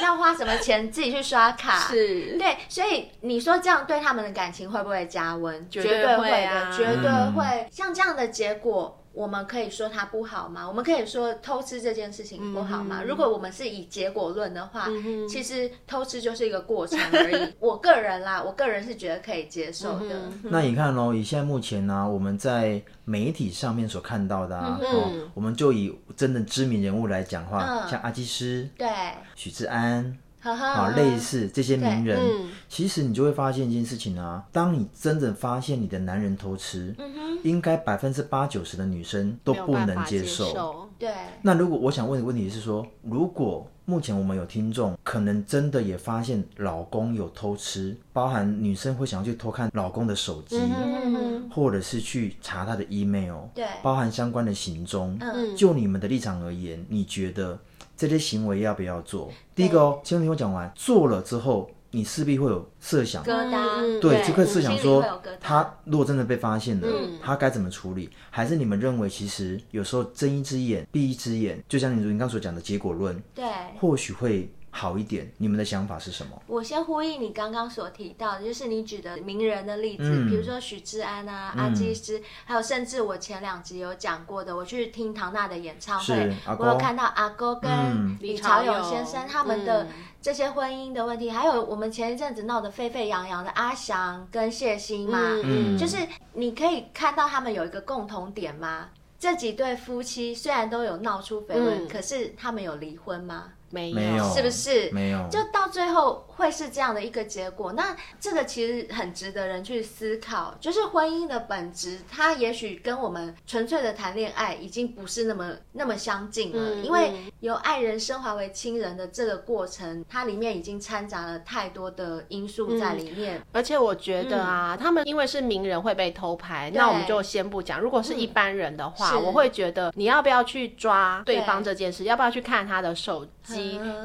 Speaker 3: 要花什么钱自己去刷卡。。
Speaker 2: 是，
Speaker 3: 对，所以你说这样对他们的感情会不会加温？
Speaker 2: 绝
Speaker 3: 绝
Speaker 2: 对
Speaker 3: 对
Speaker 2: 会
Speaker 3: 的，
Speaker 2: 啊
Speaker 3: 绝对
Speaker 4: 嗯
Speaker 3: 会。像这样的结果，我们可以说它不好吗？我们可以说偷吃这件事情不好吗？
Speaker 2: 嗯
Speaker 3: 如果我们是以结果论的话，
Speaker 2: 嗯哼
Speaker 3: 其实偷吃就是一个过程而 已。我个人啦，我个人是觉得可以接受的。
Speaker 2: 嗯
Speaker 4: 那你看喽，以现在目前呢、我们在媒体上面所看到的啊，
Speaker 2: 嗯
Speaker 4: 哦，我们就以真的知名人物来讲话，
Speaker 3: 嗯
Speaker 4: 像阿基师、
Speaker 3: 对，
Speaker 4: 许志安，
Speaker 3: 呵呵。
Speaker 4: 啊、
Speaker 3: 呵
Speaker 4: 类似这些名人，
Speaker 2: 嗯
Speaker 4: 其实你就会发现一件事情啊，当你真的发现你的男人偷吃，
Speaker 2: 嗯
Speaker 3: 嗯
Speaker 4: 应该百分之八九十的女生都
Speaker 2: 没有
Speaker 4: 不
Speaker 2: 办
Speaker 4: 能
Speaker 2: 法接
Speaker 4: 受。
Speaker 2: 受。
Speaker 3: 对，
Speaker 4: 那如果我想问的问题是说，如果目前我们有听众可能真的也发现老公有偷吃，包含女生会想要去偷看老公的手机，
Speaker 2: 嗯哼，
Speaker 4: 或者是去查他的 email，
Speaker 3: 对
Speaker 4: 包含相关的行踪。
Speaker 3: 嗯
Speaker 4: 就你们的立场而言，你觉得这些行为要不要做？第一个哦，先听我讲完，做了之后，你势必会有设想。
Speaker 3: 疙
Speaker 2: 嗯
Speaker 3: 瘩，
Speaker 4: 对，
Speaker 2: 对
Speaker 4: 就会设想
Speaker 3: 心里
Speaker 4: 说
Speaker 3: 会有嗯疙瘩，
Speaker 4: 他如果真的被发现了，他该怎么处理？还是你们认为，其实有时候睁一只眼闭一只眼，就像你你刚所讲的结果论，
Speaker 3: 对。
Speaker 4: 或许会好一点。你们的想法是什么？
Speaker 3: 我先呼应你刚刚所提到的，就是你举的名人的例子，
Speaker 4: 嗯
Speaker 3: 比如说许志安啊、
Speaker 4: 嗯
Speaker 3: 阿基师，还有甚至我前两集有讲过的，我去听唐娜的演唱
Speaker 4: 是
Speaker 3: 会
Speaker 4: 阿，公
Speaker 3: 我有看到阿哥跟
Speaker 4: 嗯
Speaker 3: 李朝
Speaker 2: 李
Speaker 3: 勇
Speaker 2: 朝
Speaker 3: 先
Speaker 2: 勇
Speaker 3: 生他们的
Speaker 2: 嗯
Speaker 3: 这些婚姻的问题，还有我们前一阵子闹得沸沸扬扬的阿翔跟谢欣嘛，
Speaker 2: 嗯
Speaker 4: 嗯
Speaker 3: 就是你可以看到他们有一个共同点吗？这几对夫妻虽然都有闹出绯闻，
Speaker 2: 嗯
Speaker 3: 可是他们有离婚吗？
Speaker 2: 没
Speaker 4: 没有，
Speaker 2: 有，
Speaker 3: 是不是
Speaker 4: 没有，
Speaker 3: 就到最后会是这样的一个结果。那这个其实很值得人去思考，就是婚姻的本质，它也许跟我们纯粹的谈恋爱已经不是那么那么相近了，
Speaker 2: 嗯
Speaker 3: 因为由爱人升华为亲人的这个过程，它里面已经掺杂了太多的因素
Speaker 2: 嗯
Speaker 3: 在里面。
Speaker 2: 而且我觉
Speaker 3: 嗯
Speaker 2: 得啊，他们因为是名人会被偷拍，那我们就先不讲。如果是一般人的话，
Speaker 3: 嗯是
Speaker 2: 我会觉得你要不要去抓对
Speaker 3: 对
Speaker 2: 方这件事，要不要去看他的手机，
Speaker 3: 嗯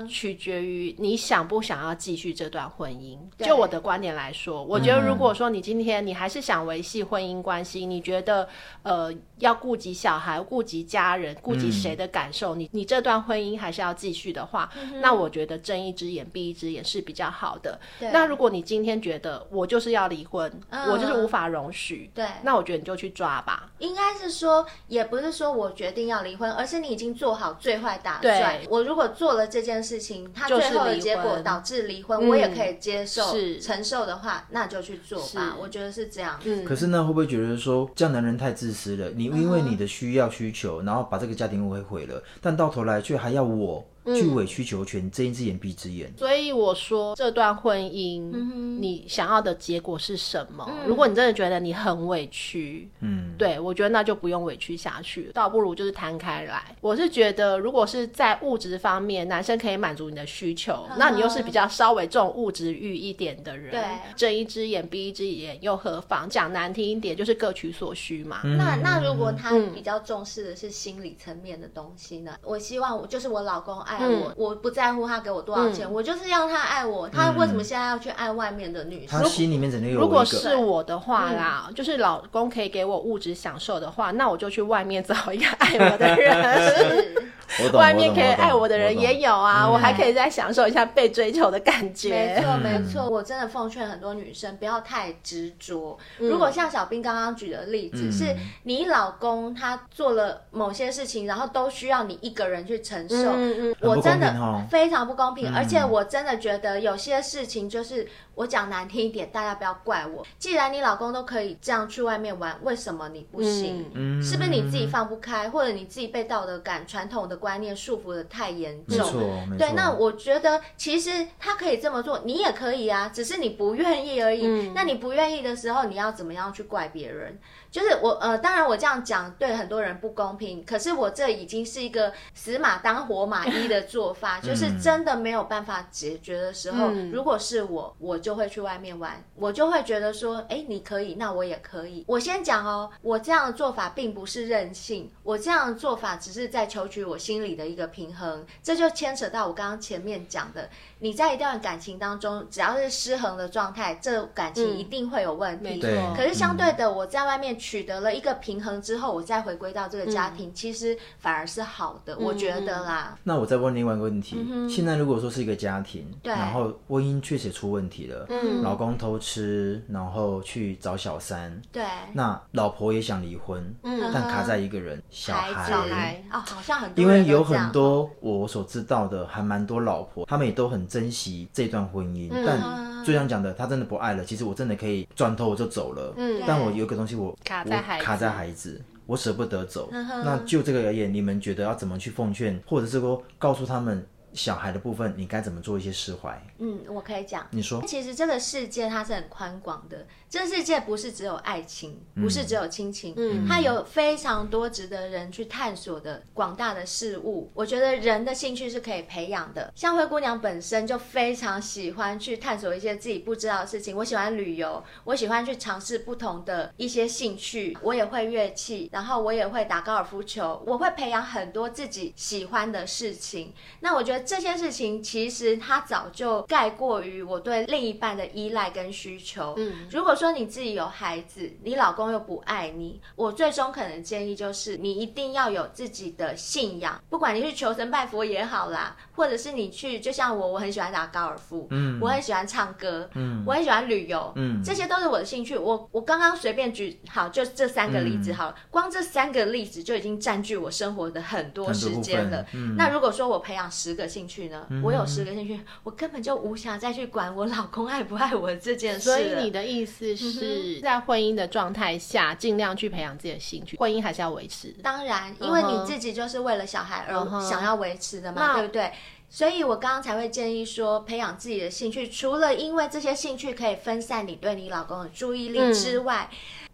Speaker 2: 取决于你想不想要继续这段婚姻。
Speaker 3: 对
Speaker 2: 就我的观点来说，我觉得
Speaker 4: 嗯
Speaker 2: 如果说你今天你还是想维系婚姻关系，你觉得呃要顾及小孩、顾及家人、顾及谁的感受，你你这段婚姻还是要继续的话，
Speaker 3: 嗯
Speaker 2: 那我觉得睁一只眼闭一只眼是比较好的。
Speaker 3: 对
Speaker 2: 那如果你今天觉得我就是要离婚，
Speaker 3: 嗯
Speaker 2: 我就是无法容许，
Speaker 3: 对
Speaker 2: 那我觉得你就去抓吧。
Speaker 3: 应该是说，也不是说我决定要离婚，而是你已经做好最坏打算
Speaker 2: 对。
Speaker 3: 我如果做了了这件事情，他
Speaker 2: 就是
Speaker 3: 最后的
Speaker 2: 离
Speaker 3: 结果
Speaker 2: 婚
Speaker 3: 导致离婚，
Speaker 2: 嗯
Speaker 3: 我也可以接受
Speaker 2: 是
Speaker 3: 承受的话，那就去做吧。
Speaker 2: 是
Speaker 3: 我觉得是这样。
Speaker 2: 嗯，
Speaker 4: 可是呢，会不会觉得说这样男人太自私了？你因为你的需要需求，然后把这个家庭误会毁了，但到头来却还要我去委曲求全，睁一只眼闭一只眼。
Speaker 2: 所以我说，这段婚姻、你想要的结果是什么？如果你真的觉得你很委屈，
Speaker 4: 嗯，
Speaker 2: 对我觉得那就不用委屈下去，倒不如就是摊开来。我是觉得，如果是在物质方面，男生可以满足你的需求，那你又是比较稍微重物质欲一点的人，
Speaker 3: 对
Speaker 2: 睁一只眼闭一只眼又何妨？讲难听一点，就是各取所需嘛。
Speaker 4: 嗯
Speaker 3: 那那如果他比较重视的是心理层面的东西呢？我希望我就是我老公爱
Speaker 2: 嗯
Speaker 3: 我，我不在乎他给我多少钱，我就是要他爱我。他为什么现在要去爱外面的女生
Speaker 4: 他？心里面整定有
Speaker 2: 如果
Speaker 4: 我一
Speaker 2: 是
Speaker 4: 个，
Speaker 2: 我的话啦，就是老公可以给我物质享受的话，那我就去外面找一个爱我的人。
Speaker 3: 是
Speaker 4: 我懂
Speaker 2: 外面可以爱我
Speaker 4: 我
Speaker 2: 的人也
Speaker 4: 有。
Speaker 2: 有啊，
Speaker 4: 嗯
Speaker 2: 我还可以再享受一下被追求的感
Speaker 3: 没
Speaker 2: 觉。
Speaker 3: 错，没错，我真的奉劝很多女生不要太执着。如果像小兵刚刚举的例子，
Speaker 4: 嗯
Speaker 3: 是你老公他做了某些事情，然后都需要你一个人去承受，
Speaker 2: 嗯嗯
Speaker 4: 很
Speaker 3: 我
Speaker 4: 不
Speaker 3: 真
Speaker 4: 公平
Speaker 3: 的
Speaker 4: 哦
Speaker 3: 非常不公平。而且我真的觉得有些事情就是我讲难听一点，大家不要怪我。既然你老公都可以这样去外面玩，为什么你不行？
Speaker 4: 嗯
Speaker 3: 是不是你自己放不开，或者你自己被道德感、传统的观念束缚的太严
Speaker 4: 没
Speaker 3: 重？
Speaker 4: 错，没错。
Speaker 3: 对，那我觉得其实他可以这么做，你也可以啊，只是你不愿意而已。那你不愿意的时候，你要怎么样去怪别人？就是我呃，当然我这样讲对很多人不公平，可是我这已经是一个死马当活马医的做法，
Speaker 4: 嗯
Speaker 3: 就是真的没有办法解决的时候，
Speaker 2: 嗯
Speaker 3: 如果是我，我就会去外面玩，我就会觉得说，哎，你可以，那我也可以。我先讲哦，我这样的做法并不是任性，我这样的做法只是在求取我心里的一个平衡，这就牵扯到我刚刚前面讲的，你在一段感情当中，只要是失衡的状态，这感情
Speaker 2: 嗯
Speaker 3: 一定会有问
Speaker 2: 没
Speaker 3: 题。
Speaker 2: 错
Speaker 4: 对，嗯
Speaker 3: 可是相对的，我在外面取得了一个平衡之后，我再回归到这个家
Speaker 2: 嗯
Speaker 3: 庭，其实反而是好的，我觉得啦。
Speaker 4: 那我再问另外一个问题：现在如果说是一个家庭，
Speaker 3: 对
Speaker 4: 然后婚姻确实出问题了，
Speaker 2: 嗯
Speaker 4: 老公偷吃，然后去找小三，
Speaker 3: 对，
Speaker 4: 那老婆也想离婚，
Speaker 2: 嗯
Speaker 4: 但卡在一个人小
Speaker 3: 子
Speaker 2: 小孩
Speaker 3: 哦，好像很多
Speaker 4: 因为
Speaker 3: 人都这
Speaker 4: 有
Speaker 3: 样哦
Speaker 4: 很多我所知道的，还蛮多老婆，他们也都很珍惜这段婚姻。
Speaker 3: 嗯
Speaker 4: 但就像讲的，他真的不爱了，其实我真的可以转头我就走了。
Speaker 2: 嗯
Speaker 4: 但我有一个东西我，我
Speaker 2: 卡在孩子
Speaker 4: 卡在孩子，我舍不得走。
Speaker 3: 嗯
Speaker 4: 那就这个而言，你们觉得要怎么去奉劝，或者是说告诉他们小孩的部分，你该怎么做一些释怀？
Speaker 3: 嗯，我可以讲。
Speaker 4: 你说，
Speaker 3: 其实这个世界它是很宽广的，这世界不是只有爱情，不是只有亲情，
Speaker 4: 嗯
Speaker 3: 它有非常多值得人去探索的广大的事物。我觉得人的兴趣是可以培养的，像灰姑娘本身就非常喜欢去探索一些自己不知道的事情。我喜欢旅游，我喜欢去尝试不同的一些兴趣，我也会乐器，然后我也会打高尔夫球，我会培养很多自己喜欢的事情。那我觉得这些事情其实它早就盖过于我对另一半的依赖跟需求。嗯，如果说你自己有孩子，你老公又不爱你，我最终可能建议就是你一定要有自己的信仰，不管你去求神拜佛也好啦，或者是你去，就像我，我很喜欢打高尔夫，嗯，我很喜欢唱歌，嗯，我很喜欢旅游，
Speaker 4: 嗯
Speaker 3: 这些都是我的兴趣。我我刚刚随便举好就这三个例子好了，光这三个例子就已经占据我生活的很多
Speaker 4: 很多
Speaker 3: 时
Speaker 4: 部
Speaker 3: 间
Speaker 4: 分
Speaker 3: 了。那如果说我培养十个兴趣呢？我有十个兴趣，我根本就无暇再去管我老公爱不爱我这件事
Speaker 2: 所
Speaker 3: 了。
Speaker 2: 以你的意思是、在婚姻的状态下，尽量去培养自己的兴趣，婚姻还是要维持。
Speaker 3: 当然，因为
Speaker 2: 嗯
Speaker 3: 你
Speaker 2: 哼
Speaker 3: 自己就是为了小孩
Speaker 2: 嗯
Speaker 3: 而
Speaker 2: 哼
Speaker 3: 想要维持的嘛，
Speaker 2: 那
Speaker 3: 对不对？所以我刚刚才会建议说，培养自己的兴趣，除了因为这些兴趣可以分散你对你老公的注意
Speaker 2: 嗯
Speaker 3: 力之外，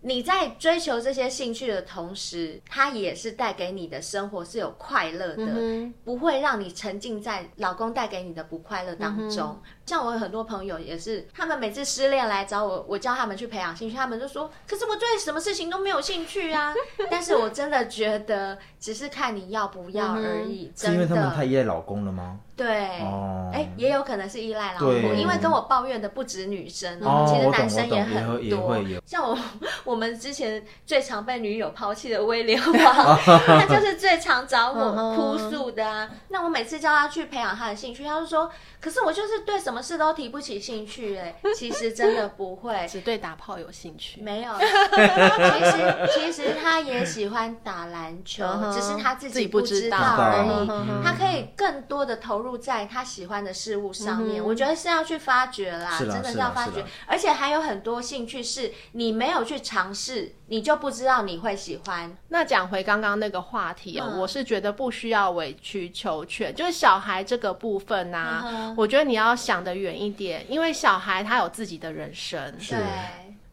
Speaker 3: 你在追求这些兴趣的同时，它也是带给你的生活是有快乐的，
Speaker 2: 嗯
Speaker 3: 不会让你沉浸在老公带给你的不快乐当中。像我有很多朋友也是，他们每次失恋来找我，我叫他们去培养兴趣，他们就说：“可是我对什么事情都没有兴趣啊。”但是我真的觉得，只是看你要不要而已。
Speaker 4: 是因为
Speaker 3: 真
Speaker 4: 他们太
Speaker 3: 的，
Speaker 4: 依赖老公了吗？
Speaker 3: 对，哎、
Speaker 4: 哦
Speaker 3: 也有可能是依赖老婆，
Speaker 4: 对
Speaker 3: 因为跟我抱怨的不止女生，
Speaker 4: 哦
Speaker 3: 其实
Speaker 4: 我懂
Speaker 3: 男生
Speaker 4: 我懂
Speaker 3: 很多。
Speaker 4: 也会也会有
Speaker 3: 像我， 我们之前最常被女友抛弃的威廉 王，他就是最常找我哭诉的啊。那我每次叫他去培养他的兴趣，他就说：“可是我就是对什什么事都提不起兴趣、欸，哎，其实真的不会，
Speaker 2: 只对打炮有兴趣。
Speaker 3: 没 有，其实其实他也喜欢打篮球
Speaker 2: 嗯哼，
Speaker 3: 只是他自
Speaker 2: 自己
Speaker 3: 己
Speaker 2: 不
Speaker 3: 不
Speaker 2: 知
Speaker 3: 知道
Speaker 2: 道
Speaker 3: 而
Speaker 4: 嗯
Speaker 3: 已
Speaker 4: 哼
Speaker 2: 嗯。
Speaker 3: 他可以更多的投入在他喜欢的事物上面，
Speaker 2: 嗯哼
Speaker 3: 我觉得是要去发掘啦，
Speaker 4: 是啦
Speaker 3: 真的
Speaker 4: 是啦
Speaker 3: 要发
Speaker 4: 是
Speaker 3: 掘
Speaker 4: 啦。
Speaker 3: 而且还有很多兴趣是你没有去尝试，你就不知道你会喜欢。
Speaker 2: 那讲回刚刚那个话题哦，
Speaker 3: 嗯
Speaker 2: 我是觉得不需要委曲求全，就是小孩这个部分呐、
Speaker 3: 嗯哼
Speaker 2: 我觉得你要想得远一点，因为小孩他有自己的人生。
Speaker 4: 是
Speaker 3: 对，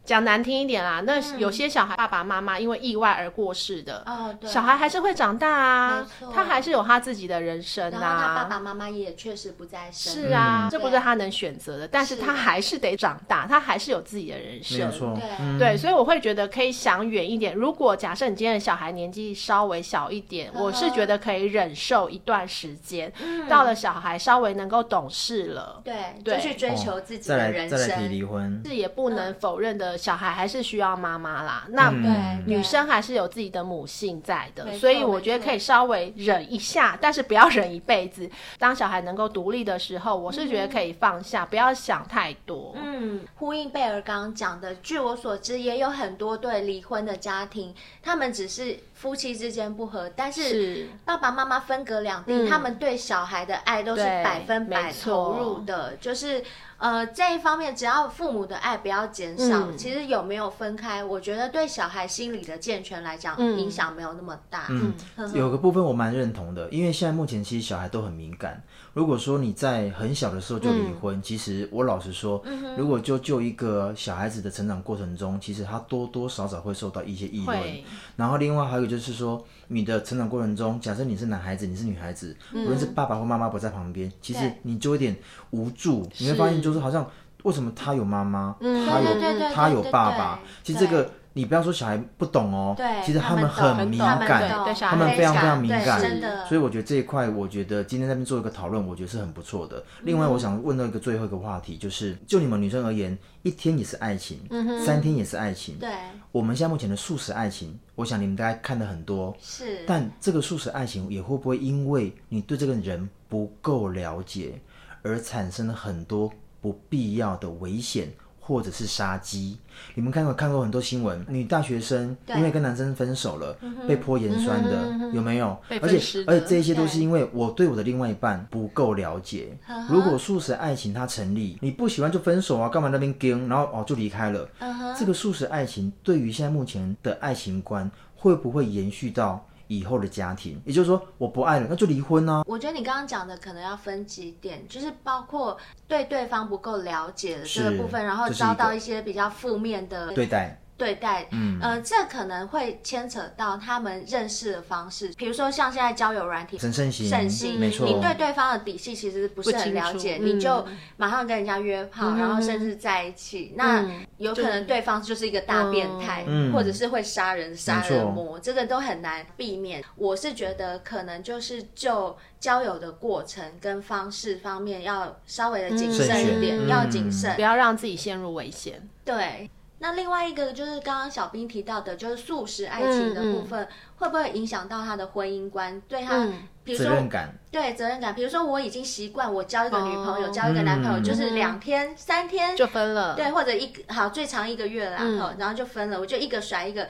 Speaker 2: 讲难听一点啦，那
Speaker 3: 嗯
Speaker 2: 有些小孩爸爸妈妈因为意外而过世的，
Speaker 3: 哦，对，
Speaker 2: 小孩还是会长大啊
Speaker 3: 没，错
Speaker 2: 他还是有他自己的人生
Speaker 3: 然后他爸
Speaker 2: 啊。
Speaker 3: 爸妈妈也确实不在身边
Speaker 2: 是啊，
Speaker 4: 嗯
Speaker 2: 这不是他能选择的，但是他还是得长大，他还是有自己的人生。
Speaker 4: 没有错
Speaker 3: 对，
Speaker 4: 嗯
Speaker 2: 对，所以我会觉得可以想远一点。如果假设你今天的小孩年纪稍微小一点，
Speaker 3: 嗯
Speaker 2: 我是觉得可以忍受一段时间，啊到了小孩稍微能够懂事了。
Speaker 3: 对，
Speaker 2: 对
Speaker 3: 就去追求自己
Speaker 4: 哦再
Speaker 3: 的
Speaker 4: 来
Speaker 3: 人
Speaker 4: 再来提离
Speaker 3: 生。
Speaker 4: 婚，
Speaker 2: 是也不
Speaker 3: 嗯
Speaker 2: 能否认的，小孩还是需要妈妈啦。那
Speaker 4: 嗯
Speaker 3: 对，对
Speaker 2: 女生还是有自己的母性在的，
Speaker 3: 没错
Speaker 2: 所以我觉得可以稍微忍一下，但是不要忍一辈子。当小孩能够独立的时候，我是觉得可以放下，不要想太多。
Speaker 3: 嗯，呼应贝尔刚刚讲的，据我所知，也有很多对离婚的家庭，他们只是夫妻之间不和，但是
Speaker 2: 是，
Speaker 3: 爸爸妈妈分隔两地，
Speaker 2: 嗯
Speaker 3: 他们对小孩的爱都是
Speaker 2: 对
Speaker 3: 百分
Speaker 2: 没
Speaker 3: 百
Speaker 2: 错
Speaker 3: 投入的，就是呃这一方面，只要父母的爱不要减少，
Speaker 2: 嗯
Speaker 3: 其实有没有分开，我觉得对小孩心理的健全来讲，
Speaker 2: 嗯
Speaker 3: 影响没有那么大。
Speaker 4: 嗯
Speaker 3: 呵呵，
Speaker 4: 有个部分我蛮认同的，因为现在目前其实小孩都很敏感。如果说你在很小的时候就离婚，其实我老实说，如果就就一个小孩子的成长过程中，其实他多多少少会受到一些议论。
Speaker 2: 会
Speaker 4: 然后另外还有就是说，你的成长过程中，假设你是男孩子，你是女孩子，无论是爸爸或妈妈不在旁边，其
Speaker 3: 嗯
Speaker 4: 实
Speaker 3: 对
Speaker 4: 你就有点无助，你会发现就是好像为什么他有妈妈，
Speaker 2: 嗯
Speaker 4: 他
Speaker 3: 对对对
Speaker 4: 有
Speaker 3: 对
Speaker 4: 他有
Speaker 3: 对
Speaker 4: 爸
Speaker 3: 对
Speaker 4: 爸
Speaker 3: 对，
Speaker 4: 其实这个你不要说小孩不懂哦，
Speaker 3: 对，
Speaker 4: 其实
Speaker 3: 他
Speaker 4: 们
Speaker 3: 懂
Speaker 4: 很敏
Speaker 2: 他们
Speaker 4: 感，
Speaker 2: 懂对小孩
Speaker 4: 他们非常非
Speaker 3: 对
Speaker 4: 常敏感，
Speaker 3: 真的。
Speaker 4: 所以我觉得这一块，我觉得今天在这边做一个讨论，我觉得是很不错
Speaker 3: 嗯
Speaker 4: 的。另外，我想问到一个最后一个话题，就是就你们女生而言，一天也是爱情，
Speaker 3: 嗯
Speaker 4: 三天也是爱情。
Speaker 3: 对，
Speaker 4: 我们现在目前的素食爱情，我想你们大概看的很多，
Speaker 3: 是，
Speaker 4: 但这个素食爱情也会不会因为你对这个人不够了解，而产生了很多不必要的危险或者是杀机？你们看过看过很多新闻，女大学生
Speaker 3: 对
Speaker 4: 因为跟男生分手了，
Speaker 2: 嗯
Speaker 4: 被泼盐酸的、有没有
Speaker 2: 被？
Speaker 4: 而
Speaker 2: 分尸
Speaker 4: 且
Speaker 2: 的
Speaker 4: 而且这些都是因为我对我的另外一半不够了解。
Speaker 3: 啊
Speaker 4: 如果素食爱情它成立，你不喜欢就分手啊，干嘛那边跟，然后哦就离开了。
Speaker 3: 啊
Speaker 4: 这个素食爱情对于现在目前的爱情观，会不会延续到以后的家庭？也就是说，我不爱了，那就离婚啊。
Speaker 3: 我觉得你刚刚讲的可能要分几点，就是包括对对方不够了解的这个
Speaker 4: 是
Speaker 3: 部分，然后
Speaker 4: 这是
Speaker 3: 遭
Speaker 4: 一个
Speaker 3: 到一些比较负面的
Speaker 4: 对待，
Speaker 3: 对待，嗯，呃，这可能会牵扯到他们认识的方式，比如说像现在交友软体。
Speaker 4: 神圣型，
Speaker 3: 慎心，
Speaker 4: 没错，
Speaker 3: 你对对方的底细其实不是很了解，
Speaker 2: 不清楚
Speaker 3: 你就
Speaker 2: 嗯
Speaker 3: 马上跟人家约炮，然后甚至在一起，那有可能对方就是一个大变态，
Speaker 4: 嗯
Speaker 3: 或者是会杀人、杀人
Speaker 4: 没
Speaker 3: 魔，这个都很难避免。我是觉得可能就是就交友的过程跟方式方面要稍微的谨
Speaker 4: 慎
Speaker 3: 慎
Speaker 4: 选
Speaker 3: 一点，
Speaker 4: 嗯
Speaker 3: 要谨慎
Speaker 2: 不。要让自己陷入危险。
Speaker 3: 对，那另外一个就是刚刚小兵提到的，就是素食爱情的部
Speaker 4: 嗯
Speaker 3: 分，会不会影响到他的婚姻观？对他，
Speaker 2: 嗯
Speaker 3: 比如
Speaker 4: 责
Speaker 3: 说
Speaker 4: 任感，
Speaker 3: 对责任感，比如说我已经习惯我交一个女朋友，
Speaker 2: 哦
Speaker 3: 交一个男朋友，
Speaker 4: 嗯
Speaker 3: 就是两天、三天，
Speaker 2: 就分了，
Speaker 3: 对，或者一个好最长一个月啦，
Speaker 2: 嗯
Speaker 3: 哦然后就分了，我就一个甩一个。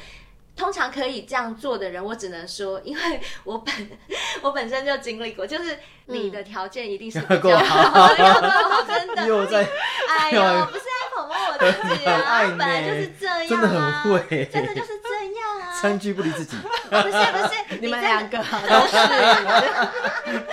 Speaker 3: 通常可以这样做的人，我只能说，因为我本我本身就经历过，就是你的条件一定是比
Speaker 4: 够
Speaker 3: 较好，要够好，真的。
Speaker 4: 又在
Speaker 3: 哎呦，我不是在捧我自 己啊，
Speaker 4: 爱
Speaker 3: 本
Speaker 4: 你欸
Speaker 3: 来就是这样、啊，
Speaker 4: 真的很会
Speaker 3: 真的就是这样啊，
Speaker 4: 三句不离 自己，
Speaker 3: 不 是不是，
Speaker 2: 你们
Speaker 3: 真的
Speaker 2: 两个都是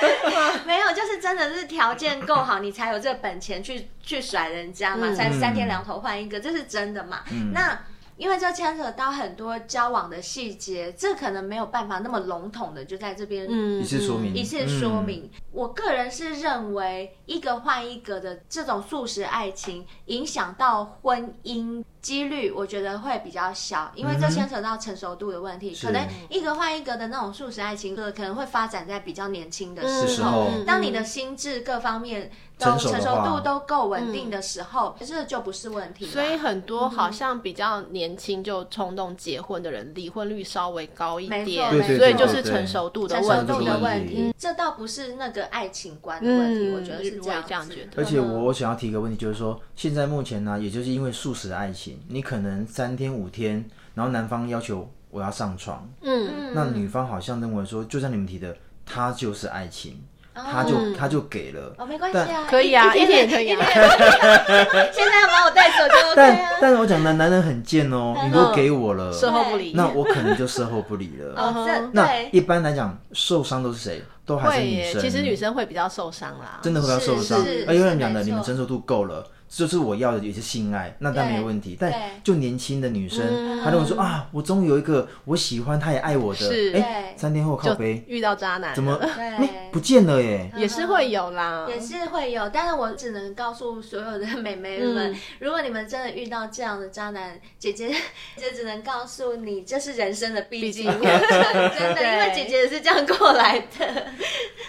Speaker 3: 没有，就是真的是条件够好，你才有这本钱去去甩人家嘛，
Speaker 2: 嗯
Speaker 3: 才三天两头换一个，这是真的嘛？那。因为这牵扯到很多交往的细节，这可能没有办法那么笼统的就在这边
Speaker 2: 嗯
Speaker 4: 一次说明，
Speaker 3: 一次说明。我个人是认为，一个换一个的这种素食爱情，影响到婚姻几率我觉得会比较小，因为这牵扯到成熟度的问题。
Speaker 4: 是
Speaker 3: 可能一个换一个的那种素食爱情，可能会发展在比较年轻的时候。
Speaker 4: 是时候
Speaker 3: 当
Speaker 2: 嗯
Speaker 3: 你的心智各方面都
Speaker 4: 成
Speaker 3: 成
Speaker 4: 熟
Speaker 3: 熟
Speaker 4: 的话嗯
Speaker 3: 度都够稳定的时候，这就不是问题啦。
Speaker 2: 所以很多好像比较年轻就冲动结婚的人，离婚率稍微高一
Speaker 3: 没错
Speaker 2: 点
Speaker 3: 对对，
Speaker 2: 所以
Speaker 3: 对
Speaker 2: 就是
Speaker 4: 对
Speaker 2: 成熟度的
Speaker 3: 成
Speaker 2: 问
Speaker 3: 熟
Speaker 2: 题。
Speaker 3: 度的问
Speaker 4: 嗯
Speaker 3: 题，这倒不是那个爱情观的问题，我觉得是
Speaker 2: 嗯我也这
Speaker 3: 样
Speaker 2: 样
Speaker 3: 子
Speaker 2: 觉得
Speaker 4: 而且我我想要提一个问题，就是说现在目前呢、也就是因为素食爱情，你可能三天五天，然后男方要求我要上床，
Speaker 2: 嗯，
Speaker 4: 那女方好像认为说，就像你们提的，她就是爱情，她就她就给了。
Speaker 3: 哦，没关系啊，
Speaker 2: 可以啊，一
Speaker 3: 一
Speaker 2: 点也
Speaker 3: 点
Speaker 2: 可以啊。
Speaker 3: 现在把我带走就 OK
Speaker 4: 但
Speaker 3: 啊。
Speaker 4: 但是我讲男男人很贱哦，你如果给我了，
Speaker 2: 事后不理，
Speaker 4: 那我可能就事后不理了。
Speaker 3: 哦，这
Speaker 4: 那
Speaker 3: 对，
Speaker 4: 一般来讲，受伤都是谁？都还是
Speaker 2: 会
Speaker 4: 女
Speaker 2: 耶，
Speaker 4: 生。
Speaker 2: 其实女生会比较受伤啦。
Speaker 4: 真的会要受伤哎
Speaker 3: 是是。
Speaker 4: 而有人讲的，
Speaker 3: 是没错
Speaker 4: 你们成熟度够了，这就是我要的，也是性爱，那当然没有问题。
Speaker 3: 对嗯
Speaker 4: 但就年轻的女生，她认为说啊，我终于有一个我喜欢，她也爱我的
Speaker 2: 是。
Speaker 4: 哎，
Speaker 3: 对
Speaker 4: 三天后靠
Speaker 2: 就
Speaker 4: 背
Speaker 2: 遇到渣男了，
Speaker 4: 怎么
Speaker 3: 对嗯
Speaker 4: 不见了耶？
Speaker 2: 也是会有啦，
Speaker 3: 也是会有，但是我只能告诉所有的美眉们，
Speaker 2: 嗯
Speaker 3: 如果你们真的遇到这样的渣男，姐姐 就只能告诉你，这是人生的必经过程， 真的，
Speaker 2: 对
Speaker 3: 因为姐姐也是这样过来 的，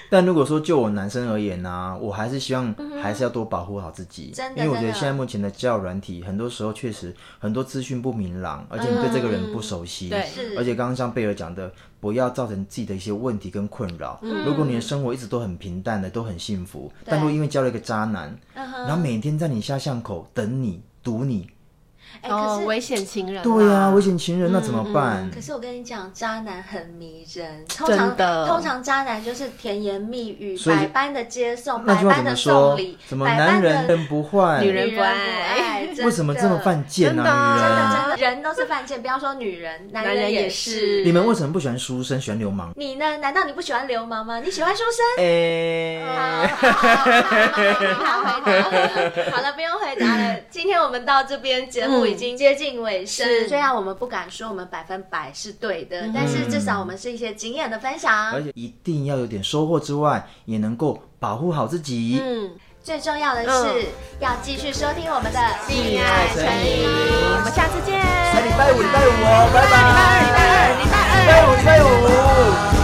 Speaker 4: 但如果说就我男生而言啊，我还是希望还是要多保护好自己，
Speaker 3: 嗯真的
Speaker 4: 因为我觉得
Speaker 3: 真的
Speaker 4: 现在目前的交友软体，很多时候确实很多资讯不明朗，而且你
Speaker 3: 嗯
Speaker 4: 对这个人不熟悉，
Speaker 2: 对
Speaker 3: 是
Speaker 4: 而且刚刚像贝尔讲的，不要造成自己的一些问题跟困扰。
Speaker 3: 嗯
Speaker 4: 如果你的生活一直都很平淡的，都很幸福，但如果因为交了一个渣男，
Speaker 3: 嗯
Speaker 4: 然后每天在你下巷口等你、堵你，
Speaker 3: 哎、
Speaker 2: 哦，
Speaker 3: 可是。
Speaker 2: 危险情
Speaker 3: 嗯
Speaker 2: 人。
Speaker 4: 对啊，危。险情人那怎么办？
Speaker 3: 可是我跟你讲，渣男很迷人，通常
Speaker 2: 真的
Speaker 3: 通常渣男就是甜言蜜语，
Speaker 4: 所以
Speaker 3: 百般的接送，
Speaker 4: 那
Speaker 3: 百
Speaker 4: 句话
Speaker 3: 般
Speaker 4: 怎
Speaker 3: 的
Speaker 4: 么说
Speaker 3: 送礼？，
Speaker 4: 怎么
Speaker 3: 百
Speaker 4: 男
Speaker 3: 般的
Speaker 4: 人人不坏，
Speaker 2: 女
Speaker 3: 女
Speaker 2: 人
Speaker 3: 人
Speaker 2: 不
Speaker 3: 不
Speaker 2: 爱
Speaker 3: 爱，真
Speaker 4: 为什么这么
Speaker 3: 的
Speaker 4: 犯贱
Speaker 2: 真的
Speaker 4: 啊？
Speaker 2: 啊
Speaker 4: 女
Speaker 3: 真
Speaker 4: 人
Speaker 3: 的，真的，人都是犯贱，不要说女人，男
Speaker 2: 人
Speaker 3: 人
Speaker 2: 也
Speaker 3: 也
Speaker 2: 是
Speaker 3: 是。
Speaker 4: 你们为什么不喜欢书生，喜欢流氓？
Speaker 3: 你呢？难道你不喜欢流氓吗？你喜欢书生？
Speaker 4: 诶、
Speaker 3: 啊好好好好了，不用回答了。今天我们到这边，节目已经接近尾声。虽然我们不敢说我们百分百是对的，但是至少我们是一些经验的分
Speaker 4: 而
Speaker 3: 享。
Speaker 4: 且一定要有点收获之外，也能够保护好自己。
Speaker 2: 嗯，
Speaker 3: 最重要的
Speaker 2: 嗯
Speaker 3: 是要继续收听我们的《
Speaker 2: 性
Speaker 3: 性
Speaker 2: 爱
Speaker 3: 爱
Speaker 2: 成
Speaker 3: 成
Speaker 2: 瘾
Speaker 3: 瘾》，
Speaker 2: 我们下次见。
Speaker 4: 拜五，礼拜五哦，拜拜。
Speaker 2: 拜二，礼拜二。
Speaker 4: 礼拜五，礼拜五。